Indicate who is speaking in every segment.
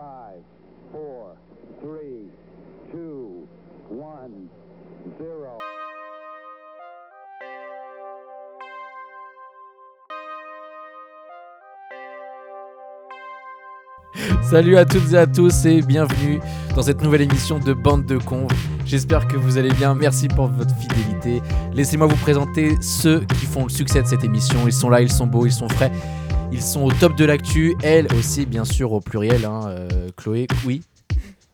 Speaker 1: five, four, three, two, one, zero.
Speaker 2: Salut à toutes et à tous et bienvenue dans cette nouvelle émission de Bande de Cons. J'espère que vous allez bien, merci pour votre fidélité. Laissez-moi vous présenter ceux qui font le succès de cette émission. Ils sont là, ils sont beaux, ils sont frais, ils sont au top de l'actu. Elle aussi, bien sûr, au pluriel. hein, euh, Chloé, oui.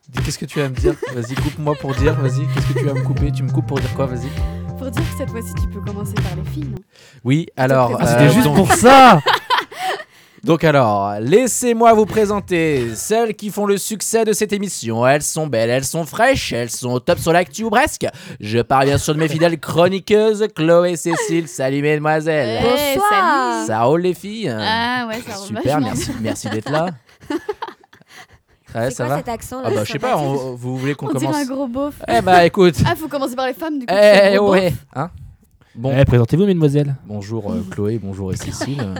Speaker 2: Dis, Qu'est-ce que tu vas me dire Vas-y, coupe-moi pour dire, vas-y, qu'est-ce que tu vas me couper Tu me coupes pour dire quoi, vas-y
Speaker 3: Pour dire que cette fois-ci, tu peux commencer par les filles, non
Speaker 2: Oui, alors...
Speaker 3: Ah,
Speaker 4: C'était
Speaker 2: euh,
Speaker 4: juste
Speaker 2: donc-
Speaker 4: pour ça
Speaker 2: Donc alors, laissez-moi vous présenter celles qui font le succès de cette émission. Elles sont belles, elles sont fraîches, elles sont au top sur l'actu ou presque. Je parle bien sûr de mes fidèles chroniqueuses, Chloé, Cécile, salut mesdemoiselles.
Speaker 3: Eh,
Speaker 5: Bonsoir.
Speaker 2: Ça roule les filles
Speaker 3: Ah ouais, ça roule
Speaker 2: Super,
Speaker 3: vachement.
Speaker 2: merci, merci d'être là. Ouais,
Speaker 5: C'est
Speaker 2: ça
Speaker 5: quoi
Speaker 2: va
Speaker 5: cet accent là
Speaker 2: Ah bah je sais pas, on- vous voulez qu'on
Speaker 3: On dirait
Speaker 2: commence
Speaker 3: un gros beauf.
Speaker 2: Eh bah écoute,
Speaker 3: Ah, faut commencer par les femmes, du coup. c'est un
Speaker 2: eh
Speaker 3: gros beauf.
Speaker 2: ouais, hein Bon,
Speaker 4: Eh, Présentez-vous, mesdemoiselles.
Speaker 2: Bonjour euh, Chloé, bonjour et Cécile. Euh,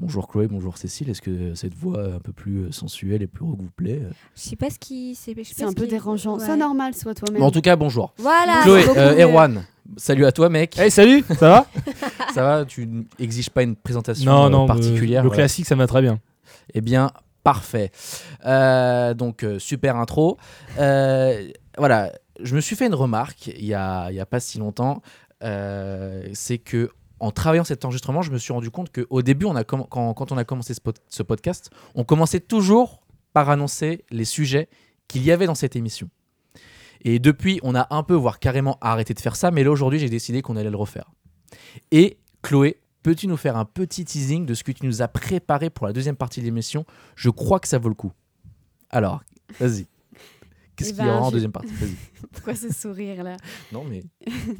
Speaker 2: Bonjour Chloé, bonjour Cécile. Est-ce que euh, cette voix euh, un peu plus euh, sensuelle et plus rock vous plaît euh
Speaker 5: Je sais pas ce qui. C'est je sais
Speaker 3: C'est
Speaker 5: pas
Speaker 3: un
Speaker 5: ce
Speaker 3: peu
Speaker 5: qui-
Speaker 3: dérangeant.
Speaker 5: Ouais.
Speaker 3: C'est normal, sois toi-même.
Speaker 2: Bon, En tout cas, bonjour.
Speaker 5: Voilà.
Speaker 2: Chloé,
Speaker 5: c'est beaucoup
Speaker 2: euh,
Speaker 5: mieux.
Speaker 2: Erwan, salut à toi mec.
Speaker 4: Eh, salut Ça va
Speaker 2: Ça va Tu n'exiges pas une présentation euh,
Speaker 4: Non, non,
Speaker 2: particulière
Speaker 4: Le
Speaker 2: euh,
Speaker 4: classique, ça me va très bien.
Speaker 2: Eh bien, parfait. Euh, donc, euh, super intro. Euh, voilà, je me suis fait une remarque il y a, il y a pas si longtemps. euh, c'est que en travaillant cet enregistrement, je me suis rendu compte qu'au début, on a comm- quand, quand on a commencé ce, pod- ce podcast, on commençait toujours par annoncer les sujets qu'il y avait dans cette émission. Et depuis, on a un peu, voire carrément arrêté de faire ça, mais là aujourd'hui, j'ai décidé qu'on allait le refaire. Et Chloé, peux-tu nous faire un petit teasing de ce que tu nous as préparé pour la deuxième partie de l'émission Je crois que ça vaut le coup. Alors, vas-y. Qu'est-ce
Speaker 3: Eh
Speaker 2: qu'il y
Speaker 3: ben,
Speaker 2: aura en
Speaker 3: je-
Speaker 2: deuxième partie Vas-y.
Speaker 3: Pourquoi ce sourire là
Speaker 2: Non, mais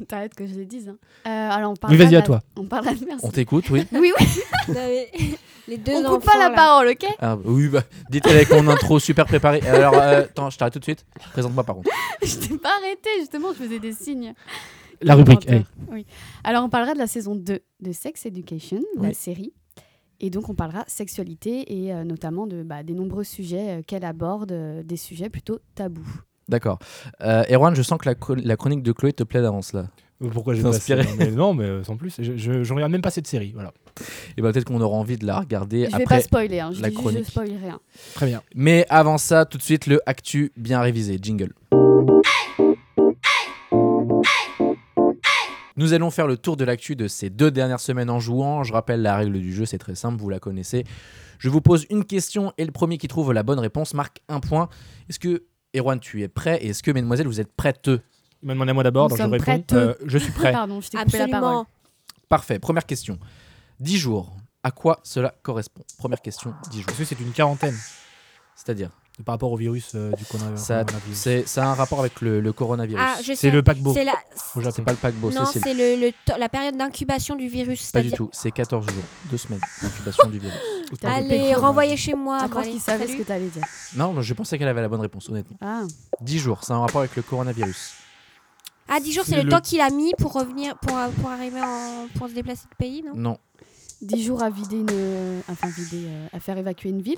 Speaker 3: T'arrêtes que je le dise. hein. Euh, alors on parle
Speaker 4: Oui, vas-y,
Speaker 3: là
Speaker 4: à
Speaker 3: de-
Speaker 4: toi.
Speaker 3: On parle là de merci.
Speaker 2: on t'écoute, oui
Speaker 3: Oui, oui,
Speaker 5: Non, mais- Les deux
Speaker 3: on coupe
Speaker 5: enfants,
Speaker 3: pas la
Speaker 5: là.
Speaker 3: parole, ok
Speaker 2: Ah, Oui, bah, dites avec mon intro super préparée. Alors, euh, attends, je t'arrête tout de suite. Présente-moi par contre.
Speaker 3: Je t'ai pas arrêté, justement, je faisais des signes.
Speaker 4: La rubrique,
Speaker 3: Menteur.
Speaker 2: eh.
Speaker 3: Oui. Alors on parlera de la saison 2 de Sex Education,
Speaker 2: Oui.
Speaker 3: la série. Et donc on parlera sexualité et euh, notamment de, bah, des nombreux sujets euh, qu'elle aborde, euh, des sujets plutôt tabous.
Speaker 2: D'accord. Euh, Erwan, je sens que la, chro- la chronique de Chloé te plaît d'avance là.
Speaker 4: Pourquoi j'ai
Speaker 2: pas
Speaker 4: pas
Speaker 2: inspiré.
Speaker 4: mais Non, mais euh, sans plus. Je, je, je regarde même pas cette série. Voilà.
Speaker 2: Et bah, peut-être qu'on aura envie de la regarder
Speaker 3: je vais pas
Speaker 2: après.
Speaker 3: spoiler, hein, je,
Speaker 2: la
Speaker 3: dis juste,
Speaker 2: chronique.
Speaker 3: je spoil rien.
Speaker 4: Très bien.
Speaker 2: Mais avant ça, tout de suite, le actu bien révisé. Jingle. Nous allons faire le tour de l'actu de ces deux dernières semaines en jouant. Je rappelle la règle du jeu, c'est très simple, vous la connaissez. Je vous pose une question et le premier qui trouve la bonne réponse marque un point. Est-ce que, Erwan, tu es prêt Et est-ce que, mesdemoiselles, vous êtes prêtes
Speaker 4: Il m'a demandé à moi d'abord,
Speaker 3: Nous
Speaker 4: donc je
Speaker 3: sommes
Speaker 4: réponds.
Speaker 3: prêtes.
Speaker 4: Euh, je suis prêt.
Speaker 3: Pardon, je t'ai coupé la parole.
Speaker 5: Absolument.
Speaker 2: Parfait, première question. 10 jours, à quoi cela correspond Première question, 10 jours.
Speaker 4: Parce que c'est une quarantaine
Speaker 2: C'est-à-dire,
Speaker 4: par rapport au virus euh, du corona-
Speaker 2: ça,
Speaker 4: coronavirus.
Speaker 2: c'est- ça a un rapport avec le, le coronavirus.
Speaker 5: Ah, je
Speaker 4: C'est
Speaker 5: sais.
Speaker 4: le paquebot.
Speaker 5: C'est la.
Speaker 4: au Japon.
Speaker 2: C'est pas le paquebot,
Speaker 5: Non,
Speaker 2: Cécile.
Speaker 5: c'est le, le to- la période d'incubation du virus.
Speaker 2: Pas du
Speaker 5: c'est-à-dire-
Speaker 2: tout, c'est 14 jours, 2 semaines d'incubation du virus.
Speaker 3: T'as
Speaker 5: Allez,
Speaker 3: coupé.
Speaker 5: renvoyez chez moi.
Speaker 3: Je
Speaker 5: bon,
Speaker 3: pense
Speaker 5: allez,
Speaker 3: qu'ils savaient ce
Speaker 5: salut.
Speaker 3: que t'allais dire.
Speaker 2: Non, je pensais qu'elle avait la bonne réponse, honnêtement.
Speaker 3: Ah,
Speaker 2: 10 jours, c'est un rapport avec le coronavirus.
Speaker 5: Ah, 10 jours, c'est
Speaker 4: C'est
Speaker 5: le,
Speaker 4: le-
Speaker 5: temps qu'il a mis pour revenir, pour, euh, pour arriver en, pour se déplacer de pays, non
Speaker 2: Non,
Speaker 3: 10 jours à vider une. Enfin, vider. euh, à faire évacuer une ville.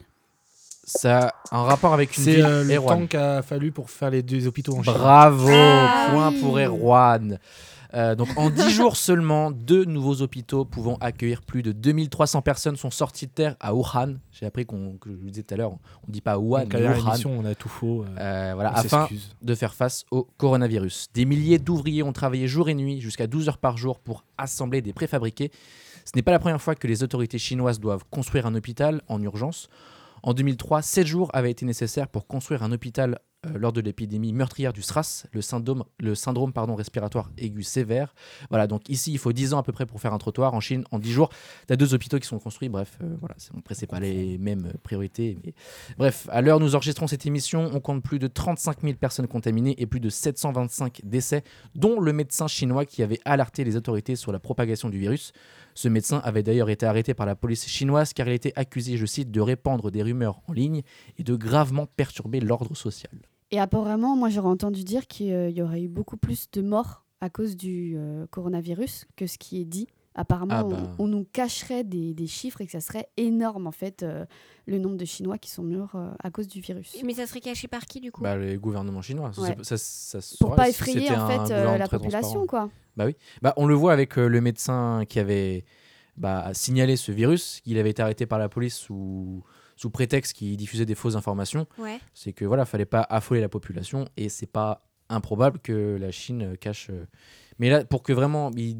Speaker 2: ça a un rapport avec une
Speaker 4: C'est
Speaker 2: ville,
Speaker 4: euh, le
Speaker 2: Erwan.
Speaker 4: temps qu'a fallu pour faire les deux hôpitaux en Chine.
Speaker 2: Bravo,
Speaker 5: Ah
Speaker 2: point
Speaker 3: oui.
Speaker 2: pour Erwan. Euh, donc en 10 jours seulement, deux nouveaux hôpitaux pouvant accueillir plus de 2300 personnes sont sortis de terre à Wuhan. J'ai appris qu'on, que je vous disais tout à l'heure, on ne dit pas Wuhan, mais
Speaker 4: Donc, à la dernière
Speaker 2: Wuhan.
Speaker 4: émission, on a tout faux. euh,
Speaker 2: Euh, voilà,
Speaker 4: on
Speaker 2: afin
Speaker 4: s'excuse.
Speaker 2: de faire face au coronavirus. Des milliers d'ouvriers ont travaillé jour et nuit jusqu'à 12 heures par jour pour assembler des préfabriqués. Ce n'est pas la première fois que les autorités chinoises doivent construire un hôpital en urgence. En 2003, 7 jours avaient été nécessaires pour construire un hôpital euh, lors de l'épidémie meurtrière du SRAS, le syndrome, le syndrome pardon, respiratoire aigu sévère. Voilà, donc ici, il faut 10 ans à peu près pour faire un trottoir. En Chine, en 10 jours, tu as deux hôpitaux qui sont construits. Bref, euh, voilà, c'est- après, c'est pas les mêmes euh, priorités. mais- Bref, à l'heure où nous enregistrons cette émission, on compte plus de 35 000 personnes contaminées et plus de 725 décès, dont le médecin chinois qui avait alerté les autorités sur la propagation du virus. Ce médecin avait d'ailleurs été arrêté par la police chinoise car il était accusé, je cite, de répandre des rumeurs en ligne et de gravement perturber l'ordre social.
Speaker 3: Et apparemment, moi, j'aurais entendu dire qu'il euh, y aurait eu beaucoup plus de morts à cause du euh, coronavirus que ce qui est dit Apparemment,
Speaker 2: Ah
Speaker 3: on-
Speaker 2: bah.
Speaker 3: on, nous cacherait des, des chiffres et que ça serait énorme, en fait, euh, le nombre de Chinois qui sont morts euh, à cause du virus.
Speaker 5: Mais ça serait caché par qui du coup
Speaker 2: Bah, les gouvernements chinois. Ça,
Speaker 3: Ouais.
Speaker 2: c'est- ça- ça se
Speaker 3: Pour
Speaker 2: saurait
Speaker 3: pas
Speaker 2: si
Speaker 3: effrayer,
Speaker 2: c'était
Speaker 3: en
Speaker 2: un
Speaker 3: fait, euh,
Speaker 2: gouvernement
Speaker 3: la
Speaker 2: très transparent.
Speaker 3: population, quoi.
Speaker 2: Bah, on le voit avec euh, le médecin qui avait bah, signalé ce virus. Il avait été arrêté par la police sous, sous prétexte qu'il diffusait des fausses informations.
Speaker 5: Ouais.
Speaker 2: C'est que voilà, fallait pas affoler la population et c'est pas improbable que la Chine euh, cache. euh, Mais là, pour que vraiment, ils,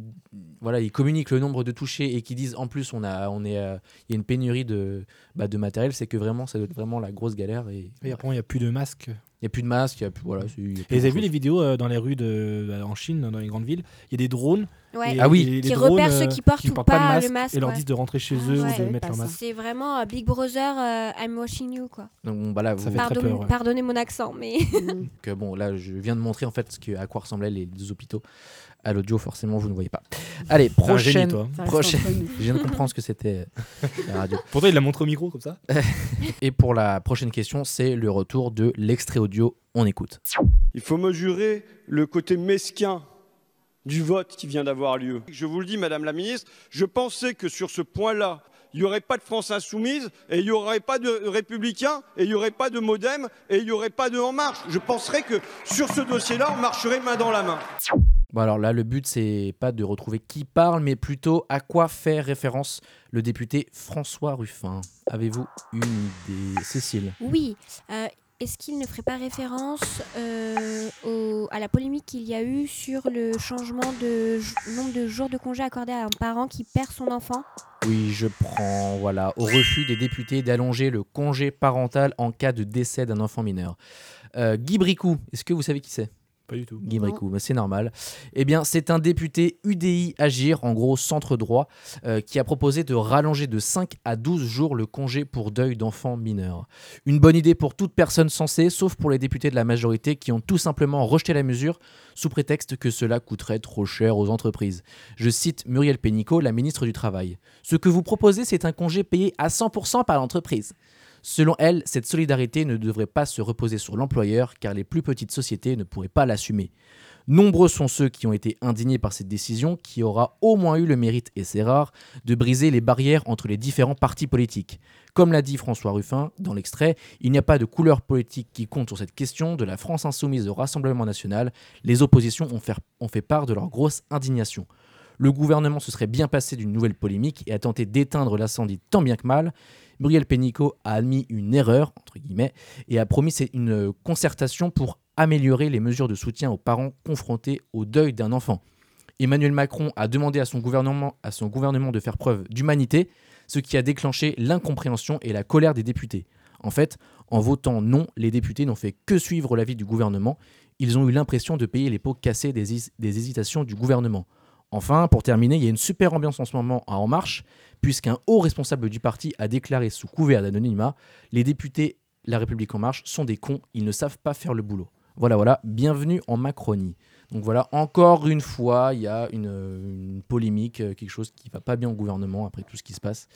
Speaker 2: voilà, ils communiquent le nombre de touchés et qu'ils disent en plus on a, on est, euh, il y a une pénurie de, bah, de matériel, c'est que vraiment, ça doit être vraiment la grosse galère et
Speaker 4: Et après, il n'y a plus de masques.
Speaker 2: il y a plus de masques, il y a plus, voilà. c'est- il y a plus
Speaker 4: Et vous avez vu
Speaker 2: grand-chose.
Speaker 4: les vidéos euh, dans les rues de, bah, en Chine, dans les grandes villes Il y a des drones.
Speaker 5: Ouais.
Speaker 4: et-
Speaker 2: Ah oui.
Speaker 4: et les
Speaker 5: Qui
Speaker 4: drones,
Speaker 5: repèrent
Speaker 4: euh,
Speaker 5: ceux qui portent ou
Speaker 4: portent
Speaker 5: pas
Speaker 4: de
Speaker 5: le masque,
Speaker 4: Et leur
Speaker 5: ouais.
Speaker 4: disent de rentrer chez
Speaker 5: Ah,
Speaker 4: eux
Speaker 5: ouais.
Speaker 4: ou de
Speaker 3: Ouais,
Speaker 4: mettre
Speaker 3: pas
Speaker 4: leur
Speaker 3: ça.
Speaker 4: masque.
Speaker 5: C'est vraiment euh, Big Brother, euh, I'm watching you quoi.
Speaker 2: Donc bon, bah là, vous,
Speaker 4: Ça fait très
Speaker 5: Pardon-
Speaker 4: peur, ouais.
Speaker 5: Pardonnez mon accent, mais
Speaker 3: Mm.
Speaker 2: que bon, là, je viens de montrer en fait ce que, à quoi ressemblaient les deux hôpitaux. À l'audio, forcément, vous ne voyez pas. Allez,
Speaker 4: T'es un génie,
Speaker 2: prochaine.
Speaker 4: toi.
Speaker 3: Ça reste
Speaker 2: prochaine.
Speaker 3: entre nous.
Speaker 2: Je viens de comprendre ce que c'était euh, la radio.
Speaker 4: Pourtant, il la montre au micro comme ça.
Speaker 2: Et pour la prochaine question, c'est le retour de l'extrait audio. On écoute.
Speaker 6: Il faut mesurer le côté mesquin du vote qui vient d'avoir lieu. Je vous le dis, Madame la Ministre, je pensais que sur ce point-là, il n'y aurait pas de France insoumise, et il n'y aurait pas de républicains, et il n'y aurait pas de modem, et il n'y aurait pas de En Marche. Je penserais que sur ce dossier-là, on marcherait main dans la main.
Speaker 2: Bon, alors là, le but, c'est pas de retrouver qui parle, mais plutôt à quoi fait référence le député François Ruffin. Avez-vous une idée, Cécile
Speaker 5: oui. Euh, Est-ce qu'il ne ferait pas référence euh, au- à la polémique qu'il y a eu sur le changement de jou- nombre de jours de congé accordés à un parent qui perd son enfant
Speaker 2: Oui, je prends, voilà, au refus des députés d'allonger le congé parental en cas de décès d'un enfant mineur. Euh, Guy Bricou, est-ce que vous savez qui c'est
Speaker 4: Pas du tout.
Speaker 2: Guy
Speaker 3: Non.
Speaker 2: Bricou, mais c'est normal. Eh bien, c'est un député UDI Agir, en gros centre droit, euh, qui a proposé de rallonger de 5 à 12 jours le congé pour deuil d'enfants mineurs. Une bonne idée pour toute personne censée, sauf pour les députés de la majorité qui ont tout simplement rejeté la mesure sous prétexte que cela coûterait trop cher aux entreprises. Je cite Muriel Pénicaud, la ministre du Travail. Ce que vous proposez, c'est un congé payé à 100% par l'entreprise. Selon elle, cette solidarité ne devrait pas se reposer sur l'employeur car les plus petites sociétés ne pourraient pas l'assumer. Nombreux sont ceux qui ont été indignés par cette décision qui aura au moins eu le mérite, et c'est rare, de briser les barrières entre les différents partis politiques. Comme l'a dit François Ruffin dans l'extrait, il n'y a pas de couleur politique qui compte sur cette question, de la France insoumise au Rassemblement national, les oppositions ont fait, ont fait part de leur grosse indignation. Le gouvernement se serait bien passé d'une nouvelle polémique et a tenté d'éteindre l'incendie tant bien que mal. Muriel Pénicaud a admis une erreur, entre guillemets, et a promis c'est une euh, concertation pour améliorer les mesures de soutien aux parents confrontés au deuil d'un enfant. Emmanuel Macron a demandé à son gouvernement, à son gouvernement de faire preuve d'humanité, ce qui a déclenché l'incompréhension et la colère des députés. En fait, en votant non, les députés n'ont fait que suivre l'avis du gouvernement. Ils ont eu l'impression de payer les pots cassés des, hés- des hésitations du gouvernement. Enfin, pour terminer, il y a une super ambiance en ce moment à En Marche, puisqu'un haut responsable du parti a déclaré sous couvert d'anonymat Les députés La République En Marche sont des cons, ils ne savent pas faire le boulot. Voilà, voilà, bienvenue en Macronie. Donc voilà, encore une fois, il y a une, euh, une polémique, euh, quelque chose qui va pas bien au gouvernement après tout ce qui se passe.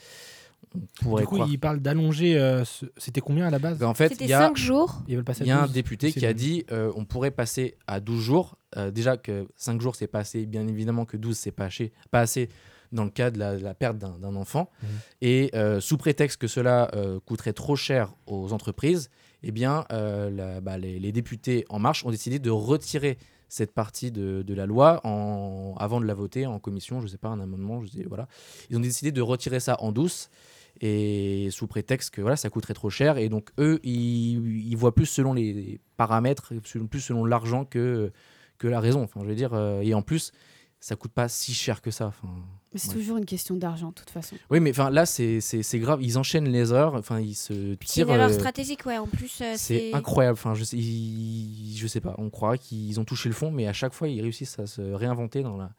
Speaker 2: On pourrait
Speaker 4: Du coup,
Speaker 2: croire. Ben,
Speaker 4: il parle d'allonger. euh, ce- C'était combien à la base
Speaker 2: En fait,
Speaker 5: C'était
Speaker 2: il y a
Speaker 5: 5 jours.
Speaker 4: Ils veulent passer à
Speaker 2: il y a un
Speaker 4: 12.
Speaker 2: député
Speaker 4: C'est
Speaker 2: qui a
Speaker 4: nul.
Speaker 2: dit euh, on pourrait passer à 12 jours. Euh, déjà que 5 jours, c'est pas assez. Bien évidemment que 12, c'est pas assez, pas assez dans le cas de la, de la perte d'un d'un enfant.
Speaker 4: Mhm.
Speaker 2: Et euh, sous prétexte que cela euh, coûterait trop cher aux entreprises, eh bien, euh, la- bah, les, les députés En Marche ont décidé de retirer cette partie de, de la loi en, avant de la voter en commission, je sais pas, un amendement, je sais, voilà. Ils ont décidé de retirer ça en douce et sous prétexte que voilà, ça coûterait trop cher. Et donc, eux, ils, ils voient plus selon les paramètres, selon- plus selon l'argent que, que la raison. Enfin, je veux dire, euh, et en plus, ça coûte pas si cher que ça. Enfin,
Speaker 3: Mais C'est
Speaker 2: Ouais.
Speaker 3: toujours une question d'argent, de toute façon.
Speaker 2: oui, mais enfin, là, c'est- c'est c'est grave. Ils enchaînent les heures, enfin, ils se
Speaker 5: C'est
Speaker 2: tirent.
Speaker 5: une erreur
Speaker 2: euh,
Speaker 5: stratégique, ouais. En plus, euh,
Speaker 2: c'est incroyable. Enfin, je sais, ils- je sais pas. On croit qu'ils ont touché le fond, mais à chaque fois, ils réussissent à se réinventer dans la.